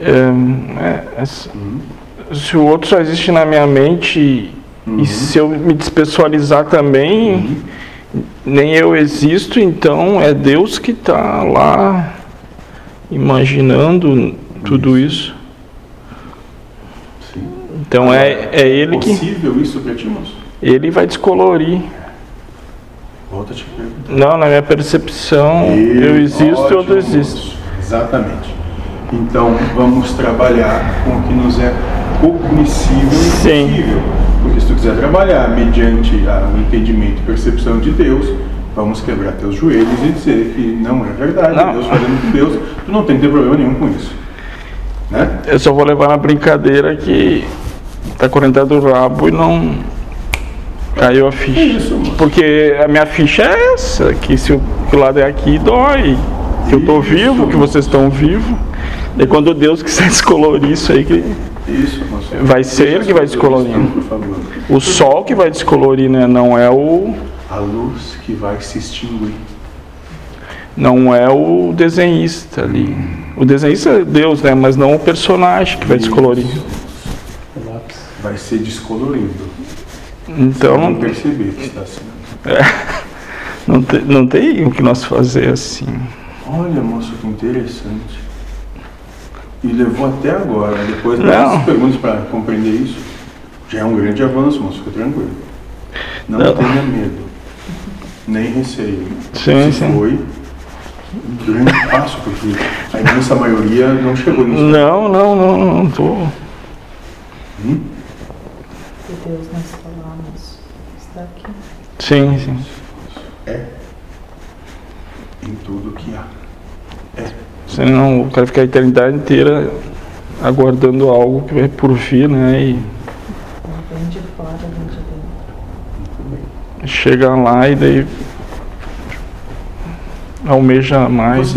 É, é, se- se o outro só existe na minha mente e- e se eu me despessoalizar também, nem eu existo, então é Deus que está lá imaginando tudo isso. Sim. Então é, é É ele que possível isso pra ti, moço? ele vai descolorir. Volta a te perguntar. Não, na minha percepção, eu existo e Ótimo, outro existe. moço. Exatamente. Então, vamos trabalhar com o que nos é cognoscível e Sim. possível. Porque se tu quiser trabalhar mediante a- o entendimento e percepção de Deus, vamos quebrar teus joelhos e dizer que não é verdade, Não. Deus fazendo com Deus, tu não tem que ter problema nenhum com isso. Né? Eu só vou levar na brincadeira que tá correntado o rabo e não caiu a É ficha. isso, moço. Porque a minha ficha é essa, que se o que o lado é aqui, dói. Que eu tô Isso. vivo, que vocês estão vivos. E quando Deus quiser descolorir isso aí, que É Isso, moço. vai ser ele que vai descolorir. Por favor. O sol que vai descolorir, né? Não é o, A luz que vai se extinguir. não é o desenhista ali. O desenhista é Deus, né? Mas não o personagem que vai descolorir. Vai ser descolorido. Então Vão não perceber que está assim. Não, te- não tem o que nós fazer assim. Olha, moço, que interessante. E levou até agora, depois Não. das perguntas para compreender isso. Já é um grande avanço, moço, fica tranquilo. Não, Não. tenha medo, nem receio. Sim, Se sim. foi, grande passo, porque a imensa maioria não chegou nisso. Não, não, não, não tô. Que Deus nós falamos. Está aqui. Sim, sim. É Hum. em tudo que há. Senão o cara fica a eternidade inteira aguardando algo que vai por vir, né? E Não vem de fora, vem de dentro. chega lá e daí almeja mais. Vocês